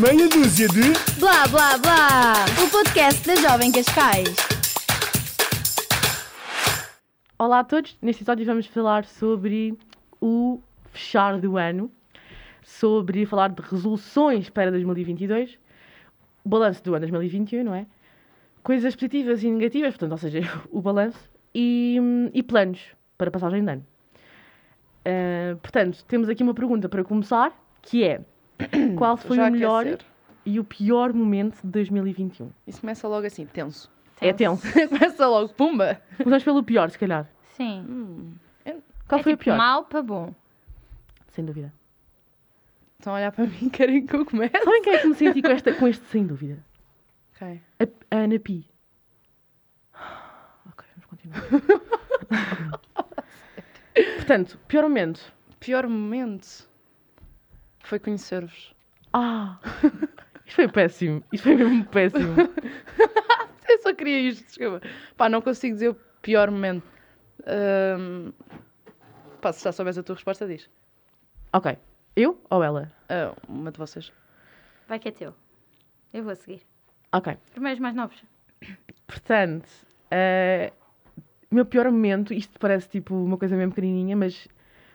Meia dúzia de. Blá blá blá! O podcast da Jovem Cascais. Olá a todos, neste episódio vamos falar sobre o fechar do ano, sobre falar de resoluções para 2022, o balanço do ano 2021, não é? Coisas positivas e negativas, portanto, ou seja, o balanço, e, e planos para a passagem de ano. Ah, portanto, temos aqui uma pergunta para começar, que é qual foi Já o melhor aquecer. e o pior momento de 2021? Isso começa logo assim, tenso. É tenso. começa logo, pumba! Começamos pelo pior, se calhar. Sim. Hum. Qual é foi tipo o pior? Mal para bom. Sem dúvida. Estão a olhar para mim, querem que eu comece? Sabem quem é que me senti com, esta, com este sem dúvida? Ok. A, a Ana Pi. Ok, vamos continuar. Portanto, pior momento. Pior momento foi conhecer-vos. Ah! Isto foi péssimo. Isto foi mesmo péssimo. Eu só queria isto, desculpa. Pá, não consigo dizer o pior momento. Ahm, Pá, se já soubesse a tua resposta, diz. Ok. Eu ou ela? Ah, uma de vocês. Vai que é teu. Eu vou seguir. Ok. Primeiros mais novos. Portanto, eh, o meu pior momento, isto parece tipo uma coisa mesmo pequenininha, mas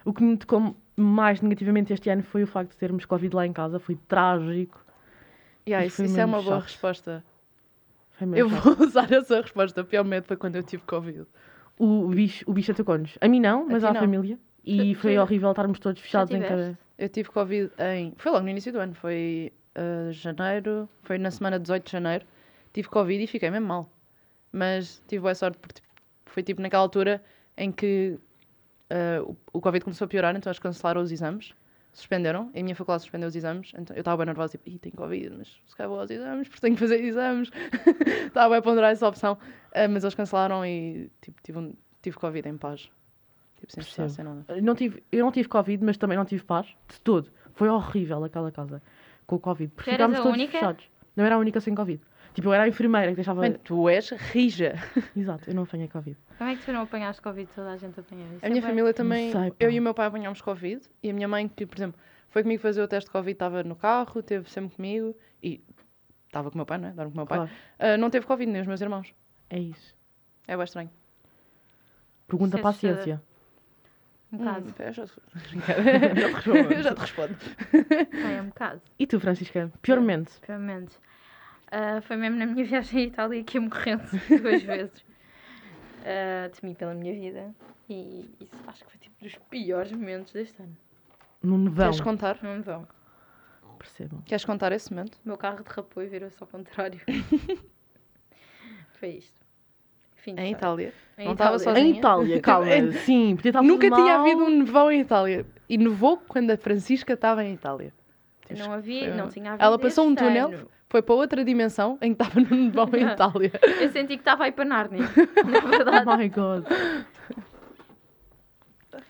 o que me tocou mais negativamente este ano foi o facto de termos Covid lá em casa. Foi trágico. Yeah, Mas isso foi isso é mesmo uma boa chato. resposta. Foi mesmo Eu vou usar essa resposta. O pior momento foi quando eu tive Covid. o bicho, o bicho atacou-nos. A mim não, mas à A ti não. família. E Tu- foi tu- horrível estarmos todos fechados em tiveste? casa. Eu tive Covid em. Foi logo no início do ano, foi ah, janeiro, foi na semana 18 de janeiro. Tive Covid e fiquei mesmo mal. Mas tive boa sorte porque tipo, foi tipo naquela altura em que ah, o, o Covid começou a piorar, então eles cancelaram os exames, suspenderam, e a minha faculdade suspendeu os exames, então eu estava bem nervosa, tipo, ih, tenho Covid, mas se calhar vou aos exames, porque tenho que fazer exames. Estava bem a ponderar essa opção, Ah, mas eles cancelaram e tipo, tive, um- tive Covid em paz. Tipo, sem estresse, Percebo. sem nada. Não tive, eu não tive Covid, mas também não tive paz de todo. Foi horrível aquela casa com o Covid. Porque Tu eras ficámos a todos única? fechados. Não era a única sem Covid. Tipo, eu era a enfermeira que deixava. Bem, tu és rija. Exato, eu não apanhei Covid. Como é que tu não apanhaste Covid? Toda a gente apanhou. Isso A é minha bué- família também. sei, pá. eu e o meu pai apanhámos Covid e a minha mãe, que, por exemplo, foi comigo fazer o teste de Covid, estava no carro, esteve sempre comigo e estava com o meu pai, não é? Dorme com o meu pai. Claro, Ah, não teve Covid, nem os meus irmãos. é isso. É bem estranho. Pergunta Isso é para a assustador. ciência. Um bocado. Hum, eu já te respondo. Eu já te respondo. Hum. Foi um bocado. E tu, Francisca? Pior momento. Realmente. Ah, foi mesmo na minha viagem à Itália que eu me morrendo duas vezes. Ah, temi pela minha vida. E isso acho que foi tipo dos piores momentos deste ano. No nevão. Queres contar? Não me vão. Percebam. Queres contar esse momento? O meu carro derrapou e virou-se ao contrário. foi isto. Fim de Em história. Itália. Em Não estava Itália. sozinha? Em Itália, calma. Sim, podia estar Nunca tudo tinha mal. havido um nevão em Itália. E nevou quando a Francisca estava em Itália. Não havia, Foi- não tinha havido. Ela passou um este túnel, ano. foi para outra dimensão em que estava no nevão em Itália. Eu senti que estava a ir para Narnia. Na verdade. Oh my god.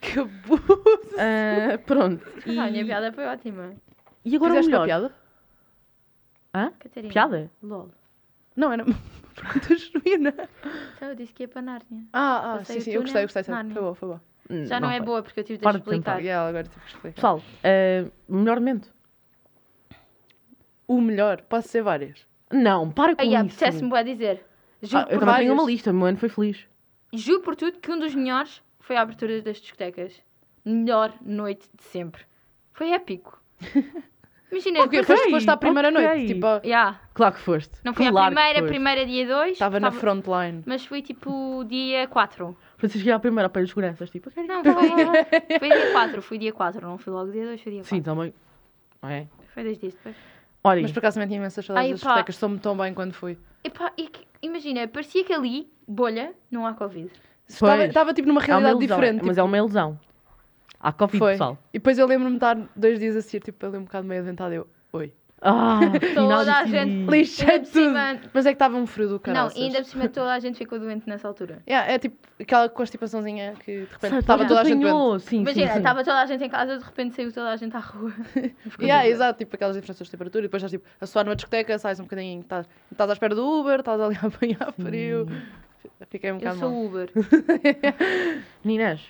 Que burro. Ah, pronto. Ah, a minha E, piada foi ótima. e agora o Fizeste uma melhor? piada? Catarina. Piada? LOL. Não, era uma pergunta genuína. Então eu disse que ia para Narnia. Ah, ah, sim, Passei o sim, eu gostei, eu túnel, gostei. Narnia. Foi bom, foi bom. Já não, é foi. boa porque eu tive de Para de explicar. tentar. E ela agora tive que explicar. Pessoal, ah, melhor momento. O melhor, posso ser várias. Não, para com Aí É isso. um apetece-me a dizer. Juro, Ah, eu também por tenho vários. uma lista, meu ano foi feliz. juro por tudo que um dos melhores foi a abertura das discotecas. Melhor noite de sempre. Foi épico. Imagina, Porque foste, foste à primeira ok. noite, tipo, ó, Yeah, Claro que foste. não foi claro a primeira, que foste. primeira dia 2. estava na frontline. Mas foi tipo dia 4. Francisco ia à primeira para as seguranças, tipo, ok. Não, foi, foi dia 4. Fui dia 4, não fui logo dia 2, foi dia 4. Sim, também. É. Foi dois dias depois. Olha, Mas por acaso também tinha imensas saudades Ai, das pá. discotecas, estou-me tão bem quando fui. Epá, e que- imagina, parecia que ali, bolha, não há Covid. Estava, Pois. estava, tipo numa é uma realidade ilusão, diferente. mas é uma ilusão. Há Covid, tipo, foi. pessoal. E depois eu lembro-me de estar dois dias a seguir, tipo, ali um bocado meio adentada, eu, oi. Ah, final Toda a de gente feliz. Lixei por tudo. cima- Mas é que estava um frio do caralho. Não, e ainda por cima toda a gente ficou doente nessa altura. Yeah, é tipo aquela constipaçãozinha que de repente Sabe, estava já toda a gente doente. apanhou. Sim, sim, Imagina, sim. estava toda a gente em casa, de repente saiu toda a gente à rua. Ficou Yeah, doente. exato, tipo aquelas diferenças de temperatura, e depois estás tipo a suar numa discoteca, sais um bocadinho, estás, estás à espera do Uber, estás ali a apanhar frio. Fiquei um Eu bocado sou mal. Uber. um Meninas,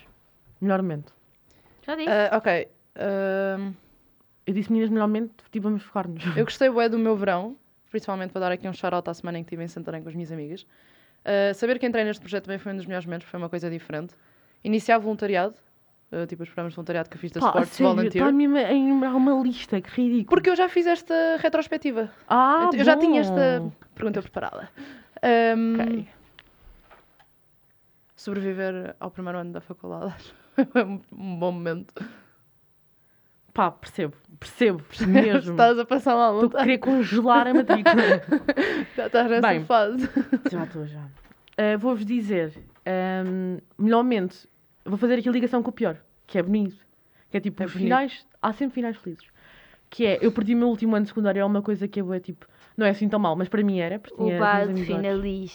melhor momento. Já disse. Ah, ok. ahm, Eu disse meninas normalmente, tipo, vamos focar-nos. Eu gostei bué do meu verão, principalmente para dar aqui um shout-out à semana em que estive em Santarém com as minhas amigas. Uh, saber que entrei neste projeto também foi um dos melhores momentos, porque foi uma coisa diferente. Iniciar voluntariado, uh, tipo os programas de voluntariado que eu fiz da Pá, a Sports sério, tá Volunteer. Está-me a enumerar é- uma lista, que ridículo. Porque eu já fiz esta retrospectiva. Ah, eu já bom. tinha esta pergunta preparada. Um, Ok. Sobreviver ao primeiro ano da faculdade é um um bom momento. Pá, percebo, percebo, mesmo. Estás a passar lá Estou a querer congelar a matrícula. Estás nessa Bem. fase. já estou, já. Ah, Vou-vos dizer, ahm, melhor momento, vou fazer aqui a ligação com o pior, que é bonito. Que é tipo, É os bonito. finais, há sempre finais felizes. Que é, eu perdi o meu último ano de secundário, é uma coisa que eu é tipo, não é assim tão mal, mas para mim era. porque tinha O as minhas bar de amizades.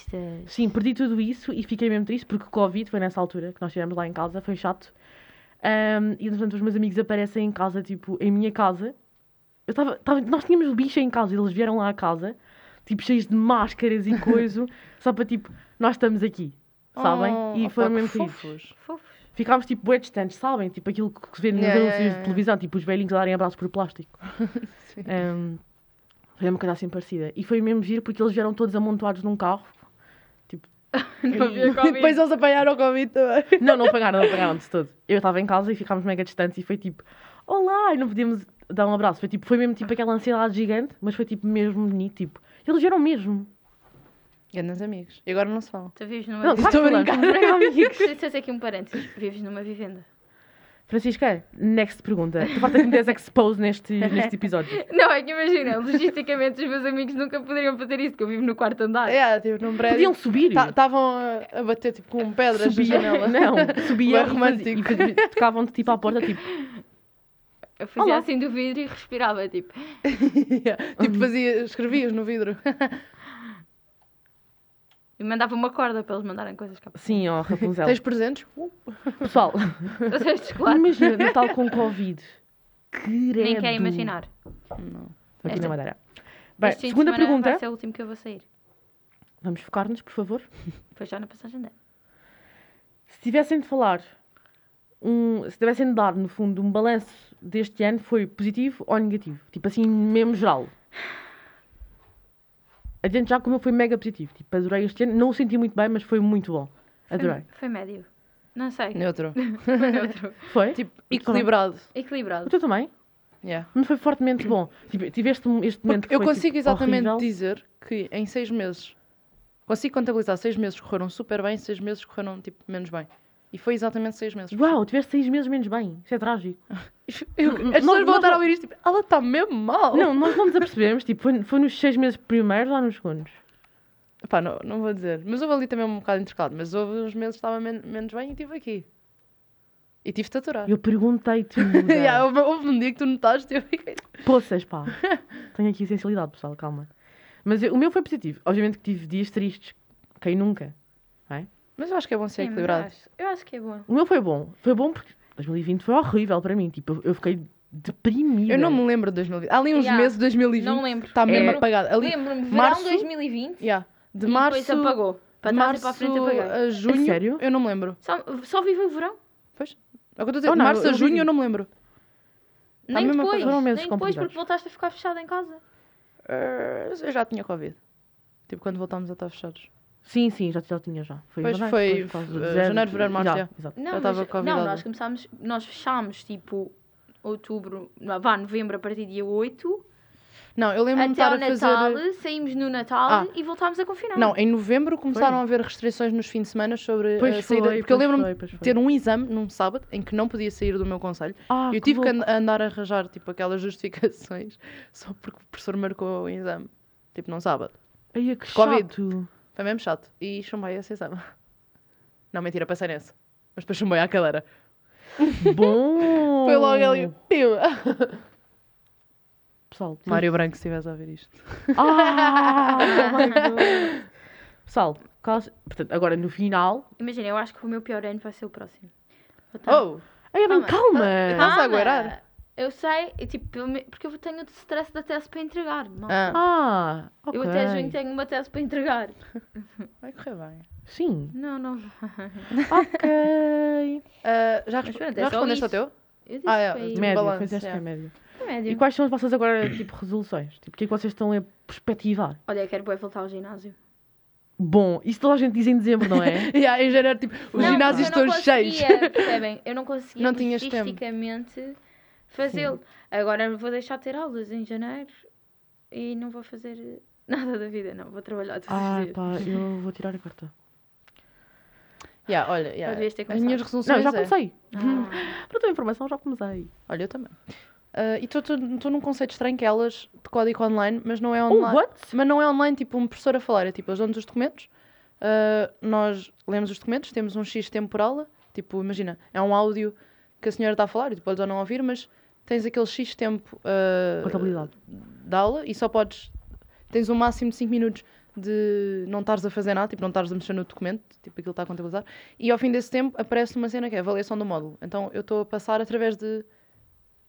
finalistas. Sim, perdi tudo isso e fiquei mesmo triste porque o Covid foi nessa altura que nós estivemos lá em casa, foi chato. Ahm, e entretanto os meus amigos aparecem em casa, tipo, em minha casa. Eu estava. tava- Nós tínhamos o bicho em casa e eles vieram lá à casa, tipo, cheios de máscaras e coisa, só para tipo, nós estamos aqui, sabem? Oh. e foram mesmo tipo, queridos. Fofos. Ficámos tipo bué distantes, sabem? Tipo aquilo que que se vê nos Yeah, yeah, anúncios yeah, de televisão, tipo os velhinhos a darem abraços por plástico. Sim. Ahm, foi uma coisa assim parecida. E foi mesmo giro porque eles vieram todos amontoados num carro. Não havia E depois Covid. eles apanharam o Covid também. Não, não pagaram, não pagaram de todo. Eu estava em casa e ficámos mega distantes e foi tipo, olá, e não podíamos dar um abraço. Foi tipo, foi mesmo tipo aquela ansiedade gigante, mas foi tipo mesmo bonito, tipo, eles eram mesmo. Grandes amigos. E agora não se falam. Tu vives Não, numa claro que Estou a falamos, brincar. somos mega amigos. Preciso fazer aqui um parênteses. Vives numa vivenda. Francisca, next pergunta. Tu falta que me des expose neste, neste episódio. Não, é que imagina, logisticamente os meus amigos nunca poderiam fazer isso, que eu vivo no quarto andar. É, tipo, num prédio. Ah. Podiam subir. Estavam a bater tipo com pedras na tá janela. Não, subiam Bem e faz- e, romântico. faz- tocavam-te tipo à porta, tipo, Eu fazia Olá. assim do vidro e respirava, tipo, Yeah. Tipo, fazia, escrevias no vidro. e mandava uma corda para eles mandarem coisas cá. sim, ó, Rapunzel. Tens presentes? Uh, Pessoal, Vocês de chocolate. imagina Natal com Covid. Credo. Nem quer imaginar. não. Aqui Esta- na Madeira. Bem, Este fim de segunda semana pergunta. Vai ser o último que eu vou sair. Vamos focar-nos, por favor. Foi já na passagem dela. Se tivessem de falar, um, se tivessem de dar, no fundo, um balanço deste ano, foi positivo ou negativo? Tipo assim, mesmo geral. Adiante já, como eu, foi mega positivo. Tipo, adorei este ano. Não o senti muito bem, mas foi muito bom. Foi- Adorei. Foi médio. Não sei. Neutro. Foi neutro. Foi? Tipo, equilibrado. Equilibrado. O teu também? Yeah. Não foi fortemente bom. Tipo, tiveste um- este momento Porque eu que foi, tipo, consigo exatamente horrível. dizer que em seis meses consigo contabilizar seis meses que correram super bem, seis meses que correram tipo menos bem. E foi exatamente seis meses. Uau, tiveste seis meses menos bem. Isso é trágico. Eu- Não, as nós- pessoas vão nós estar a não- ouvir isto tipo, ela está mesmo mal. Não, nós não nos apercebemos. Tipo, foi, foi nos seis meses primeiros ou nos segundos? Pá, não, não vou dizer. Mas houve ali também um bocado intercalado. Mas houve uns meses que estava men- menos bem e estive aqui. E tive-te a aturar. Eu perguntei-te, Luda. Yeah, houve, houve um dia que tu notaste e eu fiquei. Poças, pá. Tenho aqui sensibilidade, pessoal, calma. Mas eu- o meu foi positivo. Obviamente que tive dias tristes. Quem nunca? Mas eu acho que é bom ser Sim, mas equilibrado. Eu acho, eu acho que é bom. O meu foi bom. Foi bom porque 2020 foi horrível para mim. Tipo, eu- eu fiquei deprimida. Eu não me lembro de 2020. Há ali uns Yeah. meses de 2020. Não lembro. Está tá mesmo É. apagado. Ali, Lembro-me, verão março- 2020. yeah, de e março, depois apagou. Para de trás e março para a frente apagou. a junho. É sério? Eu não me lembro. Só, só vive o verão. É o que eu Oh, estou a dizer. não, de março eu- a eu junho vivi. eu não me lembro. Tá nem mesmo a depois. fazer. Foram Nem meses depois, complicados. porque voltaste a ficar fechada em casa. Eh, eu já tinha Covid. Tipo, quando voltámos a estar fechados. Sim, sim, já, já tinha já. Foi em Pois janeiro, foi, depois, por causa do eh, deserto. janeiro, fevereiro, março, Já, já. Eh, exato. Não, Eu mas- tava não convidada. nós começámos, nós fechámos tipo outubro, não, vá, novembro a partir dia 8, Não, eu lembro-me de até estar ao a Natal, fazer. saímos no Natal Ah. e voltámos a confinar. Não, em novembro começaram a haver restrições nos fins de semana sobre Pois a foi, saída. Porque eu pois lembro-me foi, pois de foi. ter um exame num sábado em que não podia sair do meu conselho. Ah, que eu tive que louco. an- andar a arranjar tipo, aquelas justificações só porque o professor marcou o exame. Tipo, num sábado. Ai, é que Covid. chato. Foi mesmo chato. E chumbei esse exame. Não, mentira, passei nesse. Mas depois chumbei à cadeira. Bom. Foi logo ali. Piu. Pessoal, tive- Mário Branco, se estivesse a ouvir isto. Ah, oh my God. Pessoal, caso... Portanto, agora no final... Imagina, eu acho que o meu pior ano vai ser o próximo. Vou estar- Oh! Ai, é bem, Calma. calma. Estás a aguardar? Eu sei, e, tipo, pelo me- porque eu tenho o stress da tese para entregar. mal. Ah, Ah, ok. Eu até junho é tenho uma tese para entregar. vai correr bem. Sim. Não, não. Ok. Ah, já Mas resp- pronto, é Ah, já respondeste só ao isso. teu? Eu disse Ah, é, que foi de média, balanço, foi esta é. que é média. médio. E quais são as vossas agora, tipo, resoluções? Tipo, o que é que vocês estão a perspectivar? Olha, eu quero bué voltar ao ginásio. Bom, isso toda a gente diz em dezembro, não é? Yeah, em janeiro, tipo, os Não, ginásios porque eu estão não cheios. conseguia, Percebem? Eu não conseguia Não tinhas tempo. logisticamente fazê-lo. Agora vou deixar de ter aulas em janeiro e não vou fazer nada da vida, não. Vou trabalhar todos os ah, tá. dias. pá, eu vou tirar a carta. Yeah, olha, yeah. Já devias ter as começado. minhas Não, resoluções. já é- comecei. Ah, Para a tua informação, já comecei. Olha, eu também. Ah, e estou num conceito estranho que é elas de código online, mas não é Oh, online. what? Mas não é online, tipo, um professor a falar. É tipo, eles dão-nos os documentos, ah, nós lemos os documentos, temos um X tempo por aula. Tipo, imagina, é um áudio que a senhora está a falar e depois ou não ouvir, mas tens aquele X tempo ah, Contabilidade. da aula e só podes. Tens um máximo de 5 minutos de não estares a fazer nada, tipo, não estares a mexer no documento, tipo, aquilo está a contabilizar. E ao fim desse tempo aparece uma cena que é avaliação do módulo. Então eu estou a passar através de.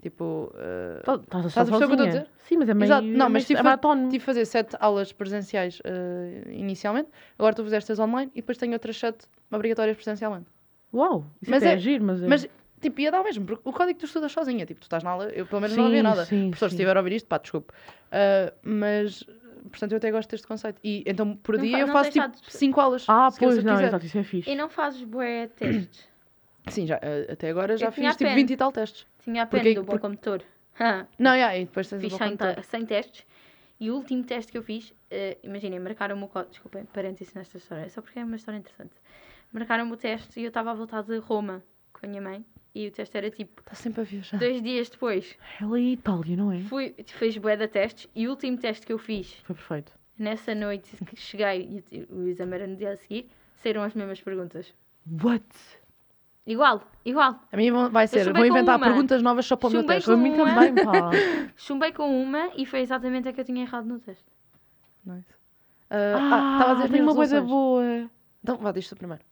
Tipo. ah, Tá- Estás a Estás a estar perceber o que eu estou a sozinha? Sim, mas é meio... Exato. Não, é mas meio- tive, é fa- maratona. tive de fazer sete aulas presenciais eh, inicialmente, agora estou a fazer estas online e depois tenho outras sete obrigatórias presencialmente. Uau, isso Mas até é, é- giro, mas... É... Mas, tipo, ia dar o mesmo, porque o código tu estudas sozinha, tipo, tu estás na aula, eu pelo menos não Sim, ouvia nada. sim, Professor, se sim. estiver a ouvir isto, pá, desculpe. Ah, mas, portanto, eu até gosto deste conceito. E então, por Não dia, fa- eu não faço, tens tipo, dados- cinco aulas. Ah, se eu- se pois, eu não, quiser. exato, isso é fixe. e não fazes bué testes. Sim, já, eh, até agora já Eu tinha fiz, tipo, pena. 20 e tal testes. Tinha a Porque- pena do bom porque- computador. Ah, Não, já, e depois tens Fiz o sem, contar. te- sem testes. E o último teste que eu fiz, eh, imaginem, marcaram-me o código. Desculpem, parênteses nesta história, só porque é uma história interessante. Marcaram-me o teste e eu estava a voltar de Roma com a minha mãe. E o teste era tipo Está Tá sempre a viajar. dois dias depois. Ela é Itália, não é? Fui, fiz bué de testes e o último teste que eu fiz Foi perfeito. nessa noite que cheguei e o exame era no dia a seguir, saíram as mesmas perguntas. What? Igual, igual. A minha vão- vai ser, vou chumbei com inventar uma. perguntas novas só para o meu Chumbei teste. com Para mim Uma. também, pá. Chumbei com uma e foi exatamente a que eu tinha errado no teste. Nice. Ah, ah, Ah, estava a dizer as tem uma minhas coisa resoluções. boa. Então, vá, diz tu primeiro.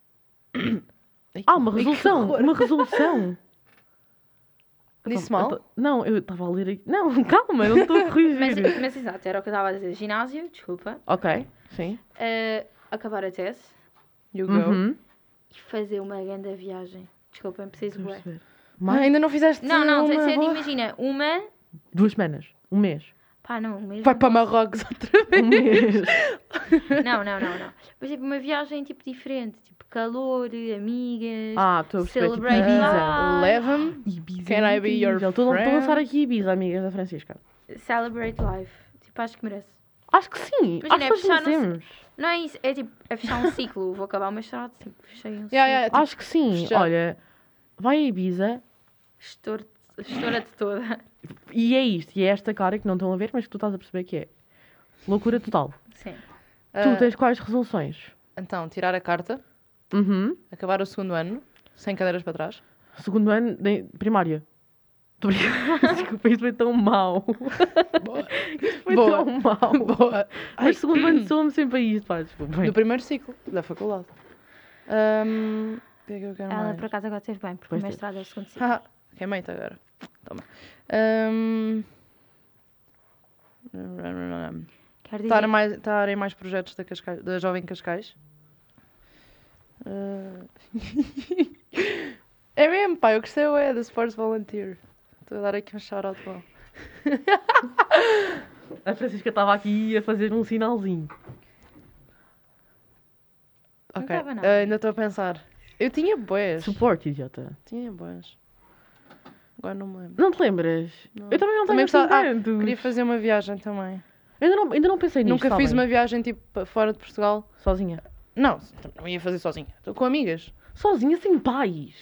Ai, Ah, uma que resolução, horror. uma resolução. Eu Disse tava- mal? eu ta- Não, eu estava a ler aqui. Não, calma, eu não estou a corrigir. Mas, mas exato, era o que eu estava a dizer. Ginásio, desculpa. Ok, sim. Eh, acabar a tese. You go. Uhum. e fazer uma grande viagem. Desculpem, preciso Estou a bué. perceber. Ah, Mais ainda não fizeste Não, não, uma tem de ser, boa? imagina, uma. duas semanas. Um mês. Pá, não, mesmo. Vai para Marrocos outra vez. Um mês. Não, não, não, não. Mas tipo, uma viagem tipo diferente, tipo calor, amigas. Ah, estou a perceber. Tipo, Celebrate Ah. Ibiza. life. Leva-me. Ibiza. é Can I be your incrível. Estou estou a lançar friend? aqui Ibiza, amigas da Francisca. Ah. Celebrate life. Tipo, acho que merece. Acho que sim. Imagina, é acho que fechar, nós não sei- merecemos. Não é isso, é tipo, é fechar um ciclo. Vou acabar o mestrado, tipo, fechei um ciclo. Yeah, yeah, tipo, Acho que sim. fechar. Olha, vai a Ibiza, Estouro- Estoura-te toda. E é isto, e é esta cara que não estão a ver, mas que tu estás a perceber que é loucura total. Sim. ah, Tu tens quais resoluções? Então, tirar a carta, Uhum. acabar o segundo ano, sem cadeiras para trás. Segundo ano de primária. Tô brincando. Desculpa, isto foi tão mau. Boa. Foi Boa. tão mau. Boa. Ai. hum. Mas segundo ano soa-me sempre a isto, pá, desculpa. Do primeiro ciclo da faculdade. Ahm, o que é que eu quero Ela mais? por acaso agora teve bem, porque Pois o mestrado é o Ah, segundo ciclo. Haha, queimei-te agora. Toma. Ahm, Quero dizer. Estarem mais, estarem mais projetos da, Cascais, da Jovem Cascais. Ah. é mesmo, pá, eu gostei é da Sports Volunteer. Estou a dar aqui um shout-out bom. A Francisca estava aqui a fazer um sinalzinho. Não Ok, estava nada. ah, ainda estou a pensar. Eu tinha boas. Suporte, idiota. Tinha é boas. Agora não me lembro. Não te lembras? Não. Eu também não Também tenho assim gostava- ah, tantos. Queria fazer uma viagem também. ainda, não, ainda não pensei nisso. Nunca fiz uma viagem tipo para fora de Portugal. Sozinha. Não, também não ia fazer sozinha. Estou com amigas. Sozinha, sem pais.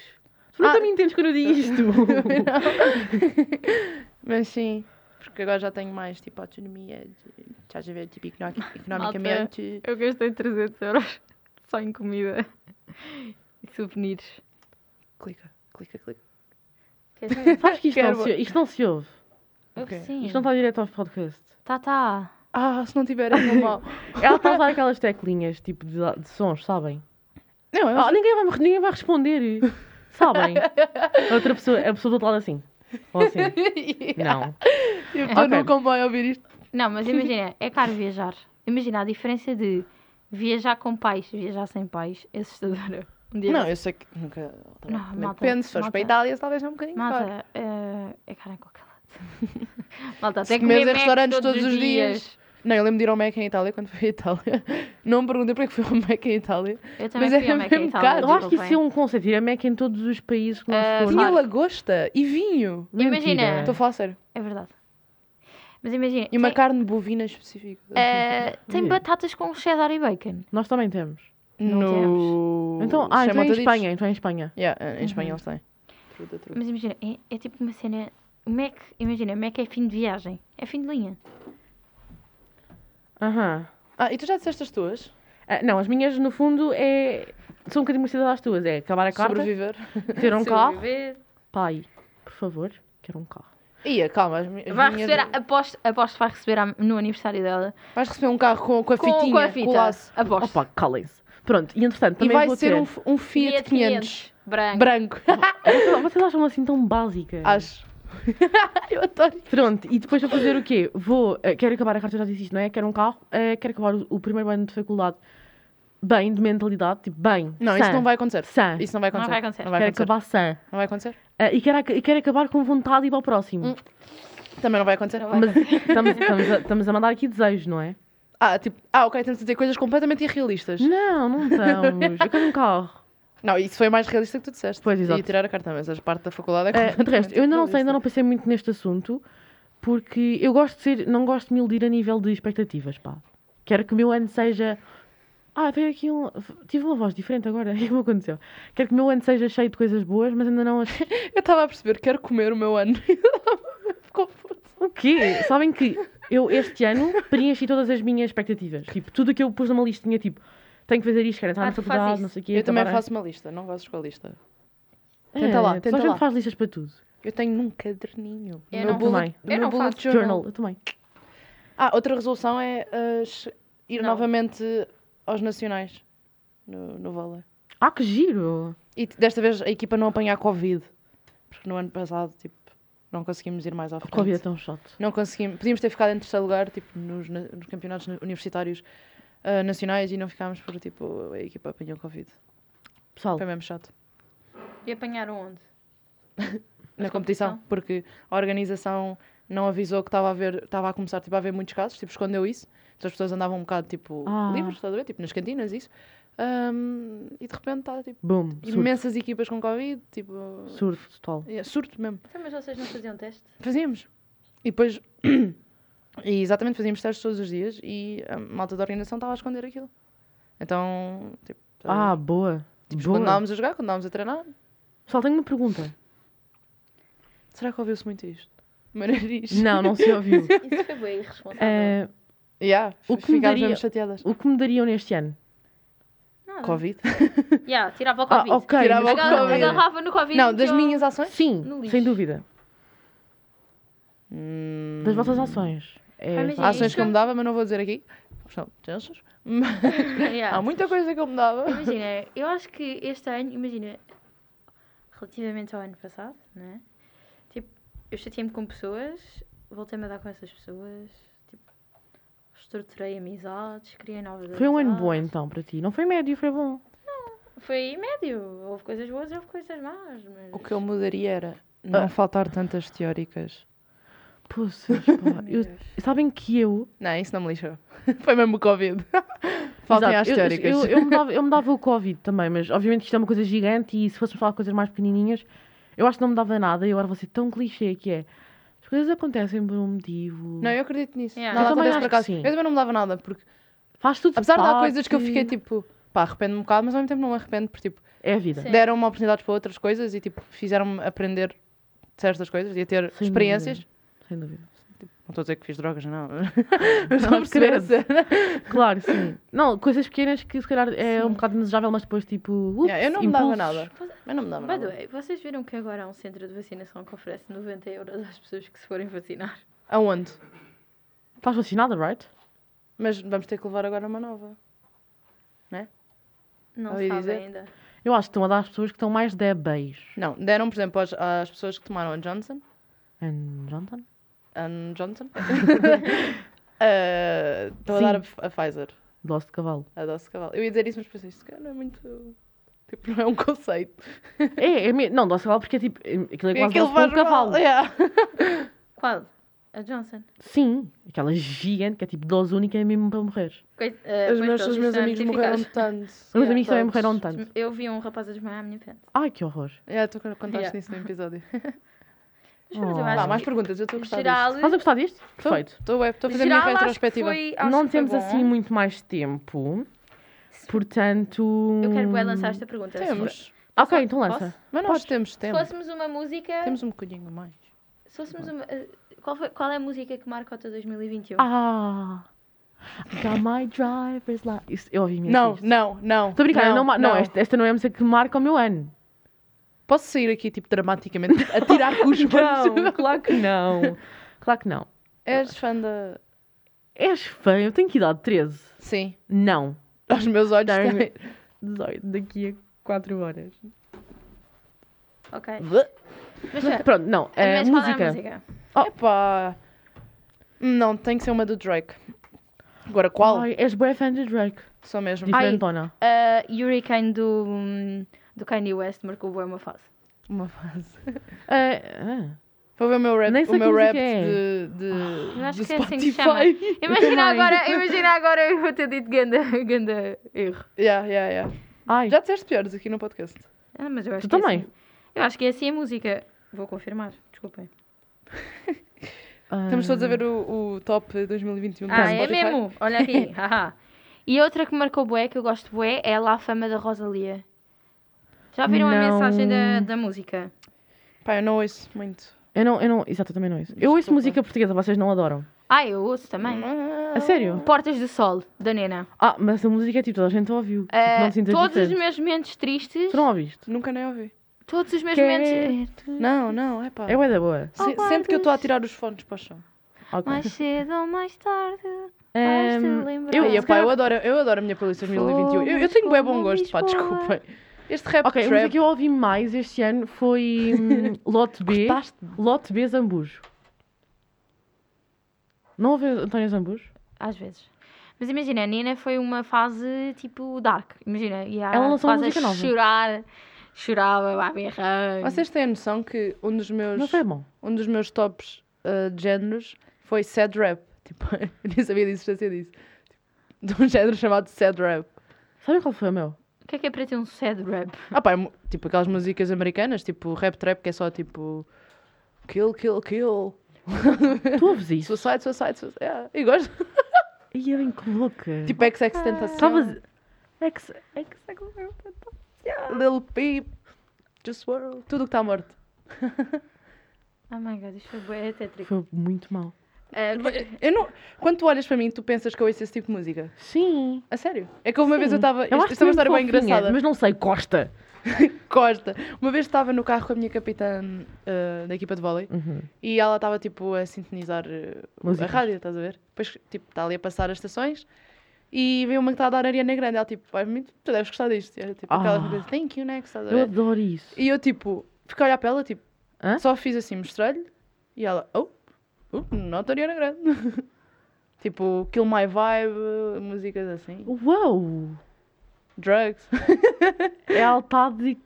Tu nunca Ah. me entendes quando eu digo isto. Mas sim, porque agora já tenho mais tipo autonomia, de- estás a ver, tipo econo- economicamente. Eu gastei 300 euros só em comida e souvenirs. clica, clica, clica. Quer dizer, Sabes que isto não, Quero- Hum. se, isto não se ouve. eu Ok. que sim. Isto não está direto ao podcast. Tá, tá. Ah, se não tiver é tão mal. Ela está a usar aquelas teclinhas tipo de, de sons, sabem? Não, eu Ah, ninguém, vai, me- ninguém vai responder, sabem? A Outra pessoa, a pessoa do outro lado assim. Ou assim. Não. eu estou Ok. no comboio a ouvir isto. Não, mas imagina, é caro viajar. Imagina a diferença de viajar com pais, viajar sem pais, é assustadora. Um dia Não, desse. eu sei que nunca. também- Não, também malta, depende, se fores malta. para a Itália, talvez é um bocadinho caro. Malta, eh, é cara com aquela. Malta, Se até comes comer em Macs restaurantes todos os dias. Não, eu lembro de ir ao Mac em Itália quando fui à Itália. Não me perguntei porque é que fui ao Mac em Itália. Eu também Mas fui é ao Mac em mesmo Itália, caro. Eu acho que isso é desculpem. um conceito. Ir a Mac em todos os países que nós Ah, formos. Claro. Tinha lagosta e vinho. Mentira. Imagina. Estou a falar sério. É verdade. Mas imagina. E uma tem, carne bovina específica. eh, tem Hum. batatas com cheddar e bacon. Nós também temos. não no... Então, ah, então é em Chamotaditos. Espanha. Então é em Espanha. Yeah, em Espanha Uhum. eles têm. Truta, truta. Mas imagina, é, é tipo uma cena. O Mac, imagina, o Mac é fim de viagem. É fim de linha. Aham. Ah, e tu já disseste as tuas? Ah, não, as minhas, no fundo, é... são um bocadinho parecidas às tuas. É acabar a carta, Sobreviver. ter um carro. Sobreviver. Vai Pai, por favor, quero um carro. Ia, calma. As, mi- as minhas- receber, a- aposto, aposto que vai receber a- no aniversário dela. Vais receber um carro com, com a Com, fitinha, com a o fita. laço. Aposto. Opa, calem-se. Pronto, e entretanto, E também vai vou ser ter... um, f- um Fiat, 500. Branco. Branco. Vocês- Vocês acham assim tão básica? Acho. eu adoro. Pronto, e depois vou fazer o quê? Vou, eh, quero acabar a carta, já disse isto, não é? Quero um carro, eh, quero acabar o, o primeiro ano de faculdade bem, de mentalidade, tipo, bem, Não, sã, isso não vai acontecer. sã. Isso não vai Não acontecer. vai acontecer. Não vai quero acontecer. acabar sã. Não vai acontecer. Eh, e, quero, ac- e quero acabar com vontade e ir para o próximo. Hum. Também não vai acontecer. Mas estamos, estamos a, estamos a mandar aqui desejos, não é? Ah, tipo, ah, ok, temos de dizer coisas completamente irrealistas. Não, não estamos. Eu quero um carro. Não, isso foi mais realista que tu disseste. Pois, E exato. tirar a carta, mas a parte da faculdade é Eh, completamente de resto, eu ainda não sei, ainda irrealista. não pensei muito neste assunto, porque eu gosto de ser, não gosto de me iludir a nível de expectativas, pá. Quero que o meu ano seja. Ah, veio aqui um. Tive uma voz diferente agora, é o que me aconteceu? Quero que o meu ano seja cheio de coisas boas, mas ainda não. as- Eu estava a perceber, quero comer o meu ano. Confuso. O quê? Sabem que eu este ano preenchi todas as minhas expectativas. Tipo, tudo o que eu pus numa listinha, tipo, tenho que fazer isto, quero entrar Ah, na tu fazes faculdade, isso. não sei o quê. então Eu também acabar a- faço uma lista, não gozes com a lista. Tenta lá, tu tenta sabes que lá. faz listas para tudo. Eu tenho num caderninho. Eu no meu não. bullet, Também. no Eu meu não bullet faço. journal. Journal, eu também. Ah, outra resolução é ah, che- ir Não. novamente aos nacionais no, no vôlei. Ah, que giro! E t- desta vez a equipa não apanhar Covid. Porque no ano passado, tipo, não conseguimos ir mais à frente. Covid é tão chato. Não conseguimos. Podíamos ter ficado em terceiro lugar, tipo, nos, na- nos campeonatos na- universitários ah, nacionais e não ficámos por, tipo, a equipa apanhou Covid. Pessoal, Foi mesmo chato. E apanharam onde? na Mas competição, competição? porque a organização não avisou que estava a haver, estava a começar tipo, a haver muitos casos, tipo, escondeu isso. Então as pessoas andavam um bocado tipo Ah. livres, estás a ver? Tipo nas cantinas, isso. Ahm, e de repente está tipo boom, surto, imensas equipas com Covid, tipo. surto total. é, surto mesmo. Então, mas vocês não faziam teste? Fazíamos. E depois. e exatamente fazíamos testes todos os dias e a malta da organização estava a esconder aquilo. Então, tipo. estás a Ah, ver? boa. Tipo, boa. quando andávamos a jogar, quando andávamos a treinar, Pessoal, tenho uma pergunta. será que ouviu-se muito isto? O meu nariz. Não, não se ouviu. Isso foi bem irresponsável. Eh, Yeah, O que me ficámos daria- mesmo chateadas. o que me dariam neste ano? Nada. Covid. Yeah, tirava o Ah, Covid. ok. Tirava mas o Agarra- calma. Covid. Agarrava no Covid. Não, e das eu- minhas ações? Sim, No lixo. sem dúvida. Das vossas ações. É, Ah, mas só- é Hum. Ações isso. que eu mudava, mas não vou dizer aqui. São Ah. chances. Yeah. Há muita coisa que eu mudava. Imagina, eu acho que este ano, imagina, relativamente ao ano passado, né? Tipo, eu chateei-me com pessoas, voltei-me a dar com essas pessoas, tipo, estruturei amizades, criei novas foi um ano amizades. bom então para ti. Não foi médio, foi bom. Foi médio. Houve coisas boas e houve coisas más. Mas... O que eu mudaria era não faltar tantas teóricas. Poças, pá. eu- sabem que eu. Não, isso não me lixou. Foi mesmo o Covid. Faltem às Exato, eu- teóricas. Eu, eu, me dava, eu me dava o Covid também, mas obviamente isto é uma coisa gigante e se fôssemos falar de coisas mais pequenininhas, eu acho que não me dava nada e agora vou ser tão clichê que é. As coisas acontecem por um motivo. Não, eu acredito nisso. Yeah. Nada Eu também acontece por acho que acaso. sim. Eu também não mudava nada, porque Faz tudo apesar de há parte. coisas que eu fiquei tipo, pá, arrependo-me um bocado, mas ao mesmo tempo não me arrependo, porque tipo, É a vida. Sim. deram-me oportunidades para outras coisas e tipo, fizeram-me aprender certas coisas e a ter Sem experiências. Sem dúvida. Não estou a dizer que fiz drogas, não. Mas Não, não perceber credo. a cena. Claro, sim. Não, coisas pequenas que se calhar é um bocado desejável, mas depois tipo. ups, Yeah, eu não me dava impulsos. nada. Eu não me dava By the nada. way, vocês viram que agora há um centro de vacinação que oferece 90 euros às pessoas que se forem vacinar? Aonde? Estás vacinada, right? Mas vamos ter que levar agora uma nova. Não Ouvi sabem dizer. ainda. Eu acho que estão a dar às pessoas que estão mais débeis. Não, deram, por exemplo, às, às pessoas que tomaram a Johnson. And Jonathan? A Johnson. Ah, Estão a Sim. dar a, a Pfizer. Doce de cavalo. A doce de cavalo. Eu ia dizer isso, mas pensei, isso cara é muito... Tipo, não é um conceito. É, é mesmo. Não, Doceval, porque é tipo. é- Aquilo é quase Aquilo doce com um faz mal. cavalo. Yeah. Qual? A Johnson. Sim, aquela gigante que é tipo dose única é mesmo para morrer. Coisa, Os meus, os meus amigos morreram de tanto. Os meus é amigos também Todos. morreram de tanto. Eu vi um rapaz a desmaiar à minha frente. Ai, que horror. Yeah, tu contaste Yeah. nisso no episódio. Mas pronto, Oh. eu Vá, acho mais que, perguntas, eu estou a em gostar geral, Estás a gostar disto? Perfeito. Estou a fazer a geral, minha acho que retrospectiva. foi- acho não que foi temos bom. é. assim muito mais tempo. Portanto. Eu quero bué lançar esta pergunta. Temos. Ok, Posso- então lança. posso? Mas nós Podes. temos Se tempo. fôssemos uma música... Temos um bocadinho mais. Se fôssemos uma... eh, Qual, foi- qual é a música que marca o teu 2021? Ah! Got my driver's lá. Isso, eu ouvi mesmo. Não, isto. não, não. Estou a brincar, eu não, ma- não, esta, esta não é a música que marca o meu ano. Posso sair aqui, tipo, dramaticamente, a tirar com os Não, olhos? claro que não. Claro que não. És fã da... És fã, eu tenho que idade 13. Sim, Não. aos meus olhos Tenho também. 18 daqui a 4 horas. Ok. Bleh. Mas, eh, Pronto, não. É, mas qual é a música. música? Oh. Epá. Não, tem que ser uma do Drake. Agora, qual? Ai, és boa fã de Drake. Só mesmo. Ai. Diferentona. A Hurricane Uh, do, hum, do Kanye West marcou boa uma fase. Uma fase. Ah, Foi ver o meu rap, Nem o sei meu que rap música é. de, de, Eu acho do que é assim que se chama. Spotify. Imagina também. agora, imagina agora eu ter dito ganda, ganda erro. yeah, yeah, yeah. ah. Ai, Já disseste piores aqui no podcast. Ah, mas eu acho tu que é também. assim. Eu acho que é assim a música. Vou confirmar, desculpem. Ah. Estamos todos a ver o, o top 2021 Então, do Ah, é Spotify. mesmo? Olha aqui. haha. E outra que marcou bué, que eu gosto bué, é a La Fama da Rosalia. Já viram a Não. mensagem da, da música? Pá, eu não ouço muito. eh, Eu não, eu não, exato, eu também não ouço. Eu ouço Desculpa. música portuguesa, vocês não adoram. Ah, eu ouço também. Ah, A sério? Portas do Sol, da Nena. Ah, mas essa música é tipo, toda a gente ouviu. Tipo, Ah, não te sintas todos os diferente. meus momentos tristes. Tu não ouviste? Nunca nem ouvi. Todos os meus Que- momentos. Não, não, é pá. É bué da boa. Oh, Se- Sente que eu estou a tirar os fones para o chão. Ok. Ehm, Mais cedo ou mais tarde. Ahm, vais-te lembrar. eu- Eu, se eu, pá, eu, adoro, eu adoro a minha playlist 2021. Eu, eu tenho bem bom Fomos gosto, pá, para Lisboa. desculpem. Este rap Ok, a música trap... que eu ouvi mais este ano foi hum, Lote B. Gostaste-me? Lote B Zambujo. Não ouve António Zambujo? Às vezes. Mas imagina, a Nina foi uma fase tipo dark. Imagina, e há Ela lançou uma quase música a nova. chorar. Chorava, babi arranho. Vocês têm a noção que um dos meus, Não foi bom. um dos meus tops ah, de géneros foi sad rap. Tipo, eu nem sabia da existência disso. Tipo, De um género chamado sad rap. Sabe qual foi o meu? O que é que é para ter um sad rap? Ah pá, é mu- tipo aquelas músicas americanas, tipo rap trap, que é só tipo... Kill, kill, kill. Tu ouves isso? Suicide, suicide, suicide. Yeah. E gosto. Ia bem que louca. Tipo XX Tentação. Estavas... É que... se- É que... se- Little Peep. Just World. Tudo o que está morto. Oh my god, isto foi bué tétrico. Foi muito mal. Ah, Eu não... Quando tu olhas para mim, tu pensas que eu ouço esse tipo de música. Sim. A sério? É que uma vez eu estava. Eu acho Isto é uma mesmo história bem fofinha, engraçada. Mas não sei, Costa. Costa. Uma vez estava no carro com a minha capitã ah, da equipa de vôlei Uhum. e ela estava tipo a sintonizar ah, a Músicas. rádio, estás a ver? Depois tipo está ali a passar as estações e vê uma que está a dar Ariana Grande. Ela tipo, "Ai, muito- tu deves gostar disto. E Era tipo aquela Ah. coisa, thank you next, estás a Eu ver? adoro isso. E eu tipo, fiquei a olhar para ela, tipo, Hã? só fiz assim, mostrei-lhe e ela, oh, oh not Ariana Grande. tipo, Kill My Vibe, músicas assim, Uau! drugs. Ela está de É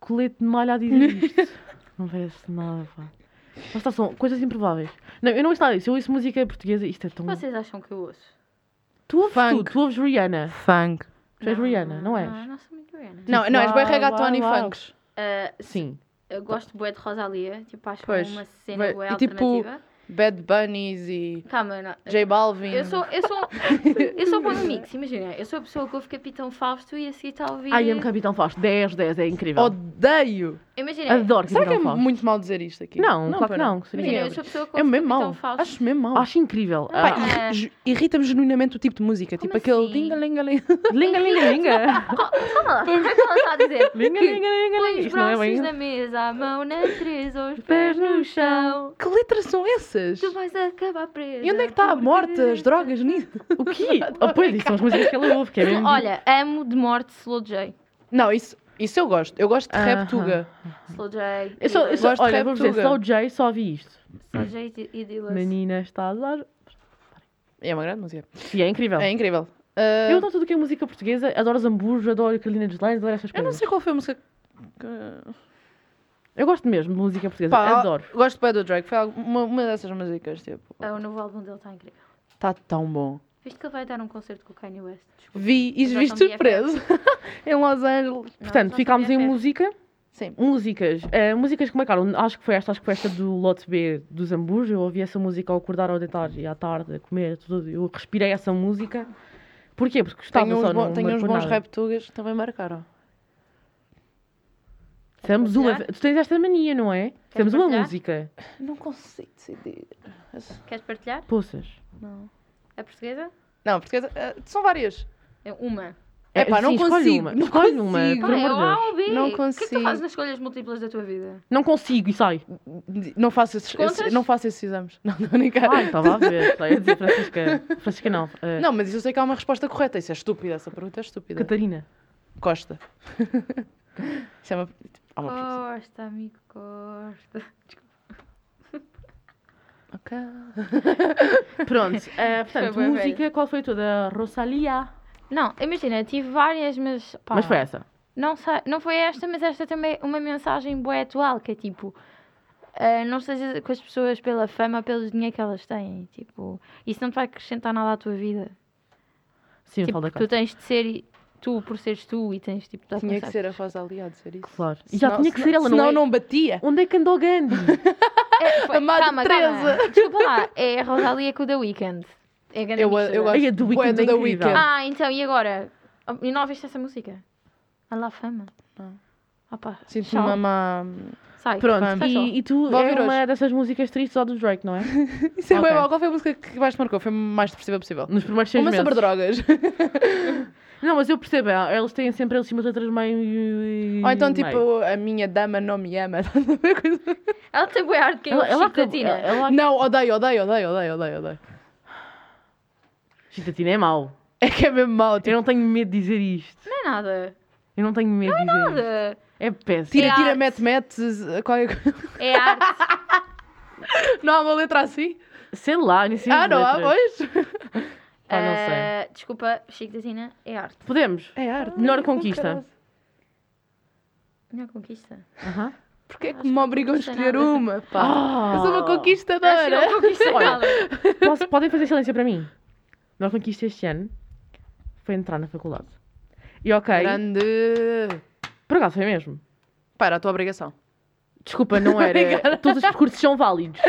colete de malha a dizer isto. não parece nada, pá. Lá está, são coisas improváveis. Não, eu não gosto nada disso. Eu ouço música portuguesa isto é tão... vocês acham que eu ouço? Tu ouves Funk. tudo. Tu ouves Rihanna. Funk. Tu és Rihanna, não és? Não, não sou muito Rihanna. Não, não, és bem uau, reggaeton uau, e uau. funks. Ah, Sim. eu gosto bué de Rosalia. Tipo, acho Pois. uma cena Bué- bué e tipo- alternativa. Bad Bunnies e Calma, não. É J Balvin. Eu sou, eu sou, eu sou bom no mix, imagina. Eu sou a pessoa que ouve Capitão Fausto e a seguir está a ouvir. Ai, amo Capitão Fausto. 10, 10. É incrível. Odeio! Imagina, Adoro Será que é Capitão Fausto. muito mal dizer isto aqui? Não, claro pá, que não, que seria- imagina, Ninguém eu sou a pessoa que É ouve mesmo Capitão mau. Fausto. Acho mesmo mau. Acho incrível. Pá, Ah. Ah. irri- ju- irrita-me genuinamente o tipo de música. Tipo Como aquele assim? linga-linga-linga. Ah, Linga, linga, linga. Fala, como é que ela está a dizer? Linga, linga, linga, Põe linga. os Isto não é braços bem... na mesa, a mão na treza, os Pés pés no no chão. Que letras são essas? Tu vais acabar presa. E onde é que está a porque- morte, as drogas nisso? O quê? Ah, pois, isso são as músicas que ela ouve, que é mesmo... Olha, amo de morte Slow J. Não, isso, isso eu gosto. Eu gosto de Aham. rap tuga. Slow J. Eu só, eu só, Gosto de olha, rap vou dizer, tuga. só o Jay só ouvi isto. Slow J e Dillas. Menina, estás a... É uma grande música. E é incrível. É incrível. Ah, Eu adoro tudo o que é música portuguesa, adoro Zambujo, adoro Carolina dos Lanhos, adoro estas eu não coisas. sei qual foi a música que... Eu gosto mesmo de música portuguesa, Pá, adoro. Gosto bem do Drake. Foi algu- uma, uma dessas músicas, tipo. Ah, o novo álbum dele está incrível. Está tão bom. Viste que ele vai dar um concerto com o Kanye West? Desculpa. Vi e Nós vi somos BFFs. surpreso. em Los Angeles. Não, Portanto, nós ficámos em é somos BFFs. música. Sim. Músicas. eh, músicas que marcaram. Acho que foi esta, acho que foi esta do lote B do Zambujo. Eu ouvi essa música ao acordar, ao deitar e à tarde, a comer, tudo. Eu respirei essa música. Porquê? Porque gostava Tenho uns, só, bo- não tenho uns marcou bons nada. reptugas que também marcaram. Temos uma... partilhar? Tu tens esta mania, não é? Temos uma partilhar? música. Não consigo decidir. Queres partilhar? Poças. Não. A portuguesa? Não, porque eh, são várias. É uma. É pá, sim, não escolhe consigo, Uma. não escolhe uma, consigo. por Pá, é amor de o Deus. A ou B? Não O que é que tu consigo. fazes nas escolhas múltiplas da tua vida? Não consigo e sai. Não faço esses, Contas? esses- não faço esses exames. Não, não, nem cara. Ai, estava a ver. Só ia dizer Francisca. Francisca não. eh, Ah, então Não, mas isso eu sei que há uma resposta correta. Isso é estúpida. Essa pergunta é estúpida. Catarina. Costa. isso é uma. Há Oh. uma resposta. Costa, amigo, Costa. Ok. Pronto. eh, portanto, Foi bué música, qual foi toda? Rosalia. Não, imagina, tive várias, mas. Pá, Mas foi essa. Não, sei, não foi esta, mas esta também é uma mensagem boa atual, que é tipo. ah, não sejas com as pessoas pela fama, pelo dinheiro que elas têm. Tipo, isso não te vai acrescentar nada à tua vida. Sim, tipo, fala da tu Costa. tens de ser e- tu por seres tu e tens tipo de Tinha que alcançar- ser a voz aliada dizer isso. Claro. E já tinha que ser ela, não Senão é? não batia. Onde é que andou Gandhi? É, foi- A Madre calma, calma. Desculpa lá, é a Rosalia com o The Weeknd. É a grande Eu, mistura. eu gosto Ai, a do bué Weeknd é The incrível. Weeknd. Ah, então, e agora? Oh, E não ouviste essa música? A La Fama? Não. Ah pá, Sinto-me tchau. uma má... Sai. Pronto, fã. e, e tu Vou é ouvir uma dessas músicas tristes só do Drake, não é? Isso é Ok. bué mau. Qual foi a música que mais te marcou? Foi a mais depressiva possível. Nos primeiros seis Uma meses. sobre drogas. Não, mas eu percebo, é, eles têm sempre eles umas letras meio... Ou então, tipo, meio. a minha dama não me ama. Estás a ver coisa? Ela tem boa arte, quem Ela, ela, é acabou- ela, Chitatina. ela- Não, odeio, odeio, odeio, odeio, odeio, odeio. Chitatina é mau. É que é mesmo mau. Eu Tipo, não tenho medo de dizer isto. Não é nada. Eu não tenho medo de dizer isto. Nada. É péssimo. tira, É tira, arte. mete, mete. z- Qualquer... coisa. É arte. Não há uma letra assim? Sei lá, nem sei ah, as não há, É. letras. pois? Pá, Ah, não sei. Eh, desculpa, Chitatina é arte. Podemos? É arte. Melhor conquista. Minha conquista. Aham. Porquê é que Acho me que obrigam a não custa escolher nada. uma? Pá. Ah. Eu sou uma Acho que não conquistadora. conquista Olha. nada. Posso- podem fazer silêncio para mim? Nós conquista este ano foi entrar na faculdade. E ok, Grande. por acaso foi mesmo. Para, a tua obrigação. Desculpa, não era. Obrigada. Todos os percursos são válidos.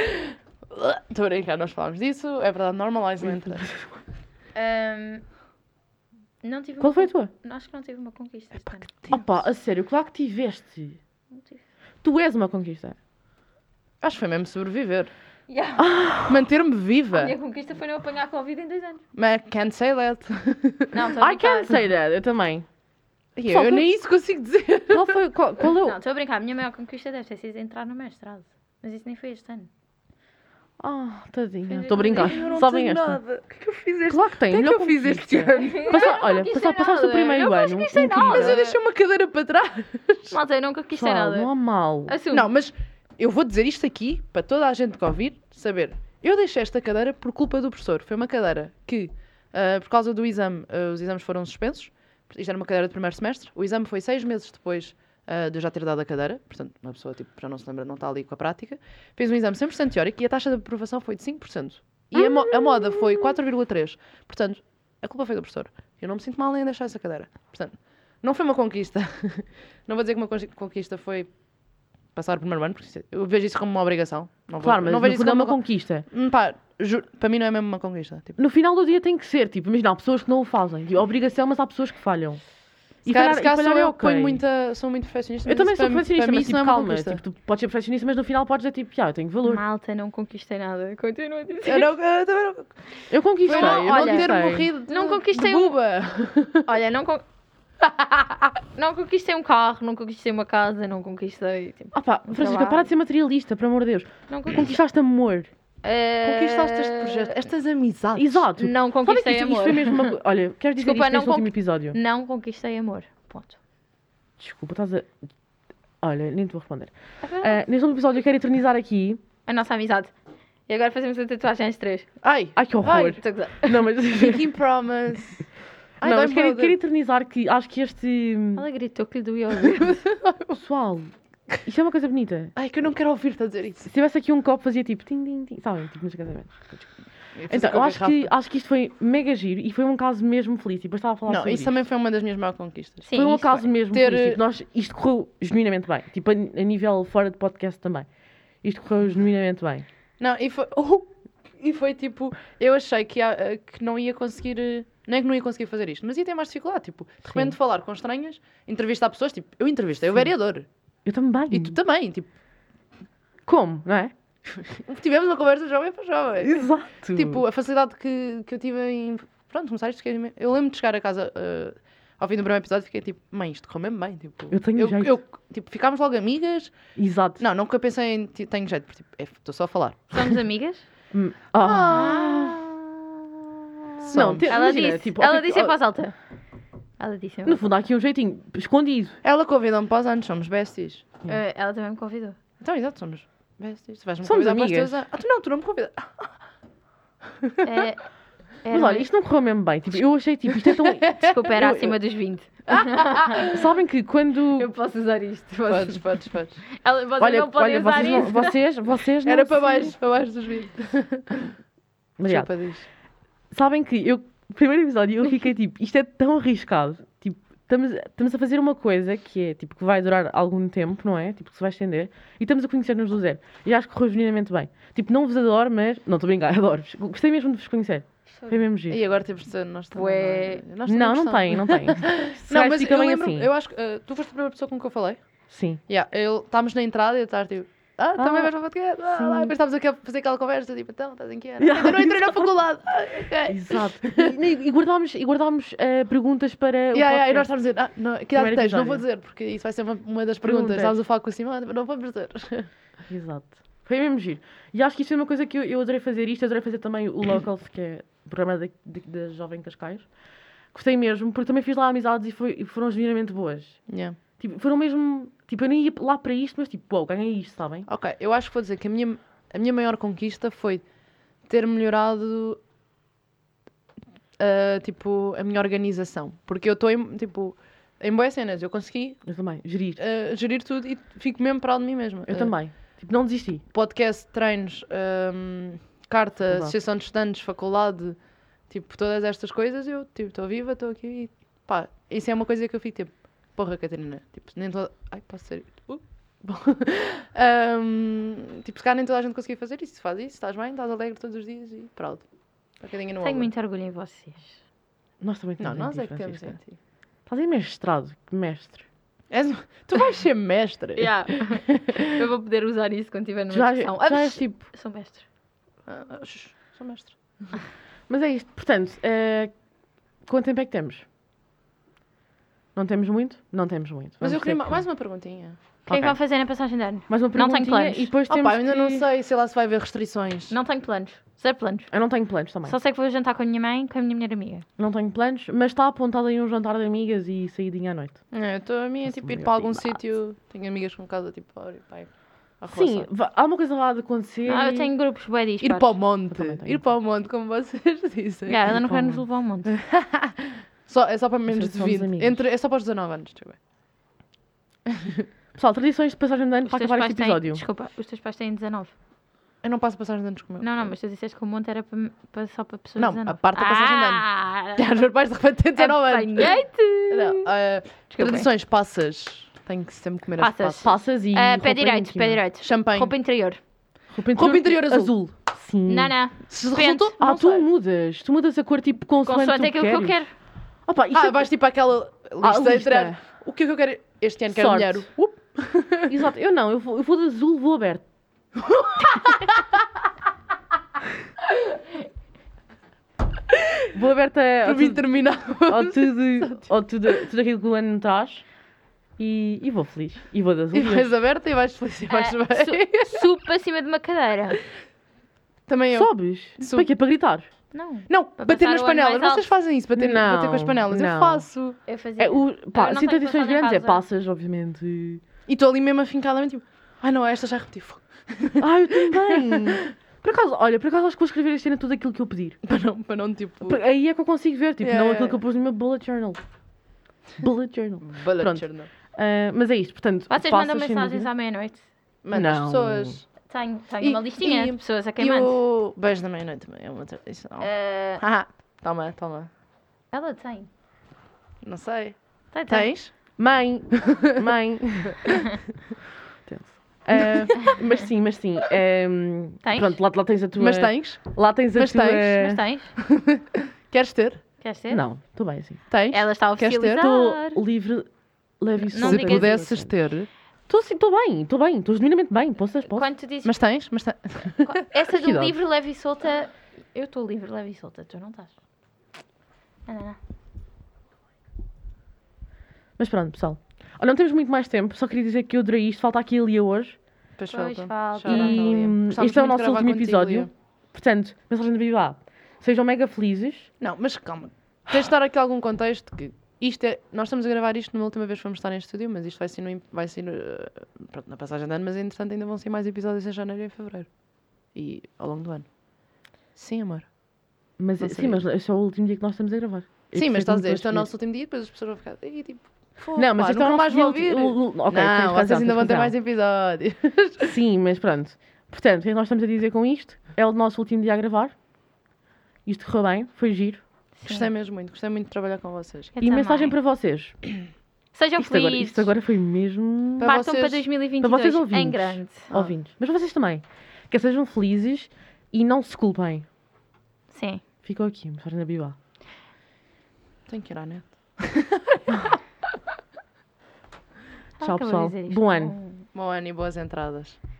Estou a brincar, nós falámos disso. É verdade, normalize não entra. Ahm, não tive Qual uma foi a con- tua? Acho que não tive uma conquista. este ano. Opa, a sério, claro que tiveste. Não tive. Tu és uma conquista. Acho que foi mesmo sobreviver. Yeah. Manter-me A viva. minha conquista foi não apanhar Covid em dois anos. Mas can't say that. Não, estou a I brincar. can say that, eu também. E Eu, Foca-te. nem isso consigo dizer. Qual foi? Qual, qual é Não, eu? estou a brincar. A minha maior conquista deve ter sido entrar no mestrado. Mas isso nem foi este ano. Ah, tadinha. Foi Estou a brincar. Eu Sabem esta. O que é que eu fiz este Claro que tem. O que é que melhor eu fiz conquista. este ano? Passa- olha, conquistei passa- passaste o nada. primeiro Eu não ano. conquistei incrível. nada. Mas eu deixei uma cadeira para trás. Malta, eu nunca conquistei Pessoal, nada. não há mal. Assumo. Não, mas eu vou dizer isto aqui para toda a gente que ouvir saber. Eu deixei esta cadeira por culpa do professor. Foi uma cadeira que, ah, por causa do exame, ah, os exames foram suspensos. Isto era uma cadeira de primeiro semestre. O exame foi seis meses depois ah, de eu já ter dado a cadeira. Portanto, uma pessoa tipo, já não se lembra, não está ali com a prática. Fez um exame 100% teórico e a taxa de aprovação foi de 5%. E a, mo- a moda foi 4,3%. Portanto, a culpa foi do professor. Eu não me sinto mal em deixar essa cadeira. Portanto, não foi uma conquista. não vou dizer que uma conqui- conquista foi passar o primeiro ano, porque isso- é, eu vejo isso como uma obrigação. Não vou- Claro, mas não no vejo isso fundo é como uma uma conquista. con- Hum, Pá, juro, para mim não é mesmo uma conquista. Tipo, No final do dia tem que ser. Tipo, imagina, há pessoas que não o fazem. Tipo, obrigação, mas há pessoas que falham. se calhar, se calhar falhar sou eu é que ok. ponho muita, sou muito perfeccionista. Eu mas também isso sou para mim- perfeccionista, para mim mas tipo, isso não é uma calma. conquista. Tipo, tu podes ser perfeccionista, mas no final podes dizer tipo, ah, eu tenho valor. Malta, não conquistei nada. Continuo a dizer. Eu não, eu também não, Eu conquistei. eu não, é eu não olha, ter conquistei. morrido de, Não conquistei de um- buba. Olha, não con... Não conquistei um carro, não conquistei uma casa, não conquistei. tipo, Ah pá, Francisca, trabalho. para de ser materialista, pelo amor de Deus. não conquistei. Conquistaste amor. Eh, Conquistaste este projeto, estas amizades. Exato. Não Olha que conquistei isto, isto amor. foi mesmo uma co- Olha, quero dizer Desculpa, isto não neste último conqui- episódio. Não conquistei amor. Ponto. Desculpa, estás a... Olha, nem te vou responder. Então Ah, neste último episódio eu quero eternizar aqui... A nossa amizade. E agora fazemos a tatuagem às três. Ai, Ai, que horror. Estou a gozar. Não, mas... Pinky Promise. Ai, não, mas dói-me quero, bué o quero dedo. eternizar que acho que este. Ela gritou que lhe doía o dedo. Pessoal, isto é uma coisa bonita. Ai, que eu não quero ouvir-te a dizer isso. Se tivesse aqui um copo, fazia tipo. Tim, tim, tim, sabem? Tipo, nos casamentos. Então, Fazer eu acho qualquer que, rafa. acho que isto foi mega giro e foi um caso mesmo feliz. E depois estava a falar Não, sobre isso também foi uma das minhas maiores conquistas. Sim, foi um é isso acaso mesmo. Ter, Ter... Tipo, nós, isto correu genuinamente bem. Tipo, a, a nível fora de podcast também. Isto correu genuinamente bem. Não, e foi. Oh! E foi tipo. Eu achei que, ia- eh, que não ia conseguir. eh, Não é que não ia conseguir fazer isto, mas ia ter mais dificuldade. Tipo, de repente falar com estranhas, entrevistar pessoas. Tipo, eu entrevistei o vereador. Eu também. E tu também. Tipo, Como, não é? tivemos uma conversa jovem para jovem. Exato. Tipo, a facilidade que, que eu tive em. Pronto, começar isto. fiquei imen- Eu lembro de chegar a casa eh, ao fim do primeiro episódio fiquei tipo, mãe, isto correu mesmo bem. Tipo, Eu tenho jeito. tipo, ficámos logo amigas. Exato. Não, nunca pensei em. ti- Tenho jeito, porque tipo, é, estou só a falar. Somos amigas? Hum, Ah. Não, Somos. te- Ela imagina, disse. tipo, ela ao fim- disse em ao- voz alta. Ela disse em No voz fundo, há aqui um jeitinho escondido. tipo, Ela convidou-me para os anos, somos besties. alta. Eh, Ela também me convidou. Então, exato, somos besties. Tu vais-me Somos convidar para os amigas. teus anos. Ah, tu não, tu não me convidas. Ah, Eh, Mas era- olha, isto não correu mesmo bem. Tipo, eu achei, tipo, isto é tão... Desculpa, era eu- acima dos 20. Sabem que quando... Eu posso usar isto. podes, podes, podes. Ela, vocês Olha, não podem olha usar vocês, não, isso. vocês, vocês não Era para se- baixo, para baixo dos vídeos. Obrigado. Desculpa, diz. Sabem que eu, primeiro episódio, eu fiquei tipo, isto é tão arriscado. Tipo, estamos, estamos a fazer uma coisa que é, tipo, que vai durar algum tempo, não é? Tipo, que se vai estender. E estamos a conhecer-nos do zero. E acho que correu genuinamente bem. Tipo, não vos adoro, mas... Não, estou a brincar, adoro-vos. Gostei mesmo de vos conhecer. Foi mesmo giro. E agora temos de ser nós também. Ué. não é? Nós também Não, não gostamos. tem, não tem. Se Não, calhar mas fica eu bem lembro, assim. eu acho que eh, tu foste a primeira pessoa com que eu falei. Sim. Yeah, eu, estávamos na entrada e eu estava tipo, ah, também Ah, vais para o podcast? Ah, sim. lá. E depois estávamos aqui a fazer aquela conversa, tipo, então, estás em que era? Yeah. Ainda não entrei na faculdade. Ah, ok. Exato. E, e guardámos, e guardámos eh, perguntas para o Yeah, yeah, e nós podcast. estávamos a dizer, ah, não, que idade Primeiro tens? Não vou episódio. dizer, porque isso vai ser uma, uma das perguntas. Perguntas. Estávamos a falar com o Simão, não vamos dizer. Exato. Foi mesmo giro. E acho que isso é uma coisa que eu, eu adorei fazer isto. Adorei fazer também o Locals, que é o programa da, da, da Jovem Cascais. Gostei mesmo, porque também fiz lá amizades e, foi, e foram genuinamente boas. Yeah. Tipo, foram mesmo... Tipo, eu nem ia lá para isto, mas tipo, uau, ganhei isto, sabem? Ok, eu acho que vou dizer que a minha, a minha maior conquista foi ter melhorado ah, tipo, a minha organização. Porque eu estou em, tipo, em boas cenas, eu consegui Eu também, gerir. ah, gerir tudo e fico mesmo proud de mim mesma. Eu Ah, também. Tipo, não desisti. Podcast, treinos, ahm, carta, Faculdade. associação de estudantes, faculdade, tipo, todas estas coisas, eu tipo, estou viva, estou aqui e pá, isso é uma coisa que eu fico tipo, porra, Catarina, tipo, nem toda. Ai, posso ser. Uh. Bom, ahm, tipo, se calhar nem toda a gente conseguia fazer isso, faz isso, estás bem, estás alegre todos os dias e pronto. Um bocadinho no Tenho ombro. muito orgulho em vocês. Nós também Não, temos em nós ti, é que temos em Francisca. ti. Estás em mestrado, que mestre. És- Tu vais ser mestre. Yeah. Eu vou poder usar isso quando tiver numa Já, discussão. já é Ah, és tipo... Sou mestre. Ah, ah, shush, sou mestre. Mas é isto. Portanto, eh, quanto tempo é que temos? Não temos muito? Não temos muito. Mas Vamos eu queria ter ma- que- mais uma perguntinha. O que é Ok. que vão fazer na passagem de ano? mais uma Não tenho perguntinha planos. e depois temos Opa, Ah, ainda que- não sei se lá se vai haver restrições. Não tenho planos. Zero planos. Eu não tenho planos também. Só sei que vou jantar com a minha mãe e com a minha melhor amiga. Não tenho planos, mas está apontado aí um jantar de amigas e saídinha à noite. É, eu estou a mim é Esse tipo ir meio para algum privado. sítio. Tenho amigas com casa tipo para pai. Sim, va- há uma coisa lá de acontecer. Ah, eu e- tenho grupos bué Ir dispares. para o monte. também tenho. Ir para o monte, como vocês dizem. Yeah, ela não Ir quer para o nos levar ao monte. Só, é só para menos de Somos 20. amigas. Entre, é só para os 19 anos. Tipo. Pessoal, tradições de passagem de ano Os para teus acabar pais este têm- episódio. Desculpa, os teus pais têm 19. Eu não passo passagem de anos com o meu. Não, não, mas tu disseste que o monte era para- para- só para pessoas Não, a 19. parte da passagem de ano. Ah! de Já, os meus pais de repente têm 19 anos. Apanhei-te! Não, ah, Desculpem. tradições, passas. Tenho que sempre comer as Passas. passas. Passas e. Ah, roupa pé direito, íntima. pé direito. Champanhe. Roupa interior. Roupa interior, Roupa interior azul. Hum. Sim. Não, não. Se Depende. resultou? Ah, não tu sei. mudas. Tu mudas a cor tipo consoante, Consoante o que é aquilo que eu quero. Opa, isto Ah, é- vais tipo àquela Ah, lista, lista. a entrar. O que é que eu quero? Este ano quero Sorte. dinheiro. Up. Exato, eu não, eu vou, eu vou de azul, vou aberto. vou aberta Para ao mim tudo, terminar. ao tudo, ao tudo, tudo aquilo que o ano me traz e, e vou feliz. E vou de azul. E E vais aberta e vais feliz e vais Ah, bem. su- Subo para cima de uma cadeira. Também eu. Sobes? Subo. Para quê? Para gritar? Não. Não, Para bater Tá passar nas o ano panelas. mais alto. Vocês fazem isso, bater, Não, bater com as panelas. Eu não. faço. Eu fazia. É, o, pá, não sem tenho tradições passado em grandes é casa. passas, obviamente. E estou ali mesmo afincadamente, tipo, ah não, esta já repeti. Fogo. Ah, eu também! Por acaso, olha, por acaso acho que vou escrever este ano tudo aquilo que eu pedir. Para não, para não tipo. Por- Aí é que eu consigo ver, tipo, Yeah, não yeah, aquilo que eu yeah. pôs no meu bullet journal. Bullet journal. Bullet Pronto. journal. Ah, mas é isto, portanto, passas Vocês mandam sem mensagens dúvida. à meia-noite. Mano, as Não. pessoas. Tenho, tenho E- uma listinha e- de pessoas a quem E mando. o beijo da meia-noite também é uma tradicional. Eh, Ah, toma, toma. ela tem. Não sei. Tem, tem. Tens? Mãe, mãe. Tenso. Ah, mas sim, mas sim. ehm, Tens? Pronto, lá, lá tens a tua. Mas tens? Lá tens a Mas tua. tens, Mas tens? Queres ter? Queres ter? É. Não, estou bem assim. Tens? Ela está a Queres ter? oficializar. Ah. Estou livre, leve e Não solta. Se digas pudesses ter. Estou sim, estou bem, estou bem, estou genuinamente bem. Posso, posso. Quando tu dizes Mas tens? Mas tens? Qua- Essa Que do idade? livre, leve e solta. Eu estou livre, leve e solta, tu não estás. Não, não, não. Mas pronto, pessoal. Olha, não temos muito mais tempo, só queria dizer que eu adorei isto, falta aqui a Lia hoje. Pois Tá, falta. falta. E Chora, hum, este é o nosso último episódio. Portanto, mensagem de Viva. Sejam mega felizes. Não, mas calma. Tens de dar aqui algum contexto que isto é. Nós estamos a gravar isto na última vez que fomos estar em estúdio, mas isto vai ser, no, im- vai ser eh, pronto, na passagem de ano, mas entretanto ainda vão ser mais episódios em janeiro e em fevereiro. E ao longo do ano. Sim, amor. Mas, Não sim, sabia. mas este é o último dia que nós estamos a gravar. Eu Sim, mas percebo estás a dizer, muito este é o bem. nosso último dia e depois as pessoas vão ficar. "Ei, tipo, pô, Não, mas pá, este é o nunca mais nosso vou dia ouvir. ulti- u- u- ok, tens não, vocês razão, ainda tens vão ter mais razão. episódios. Sim, mas pronto. Portanto, o que é que nós estamos a dizer com isto? É o nosso último dia a gravar. Isto correu bem, foi giro. Sim. Gostei mesmo muito, gostei muito de trabalhar com vocês. Eu e também. mensagem para vocês. Sejam Isto agora, felizes. isto agora foi mesmo. Para Partam para vocês- 2022 para vocês em ouvintes. grande. Ah. ouvintes. Mas vocês também. Que sejam felizes e não se culpem. Sim. Ficou aqui, mensagem da Bibá. Tenho que ir à net. Ah, Tchau, acabou de pessoal. dizer isto. Bom ano. Bom ano e boas entradas.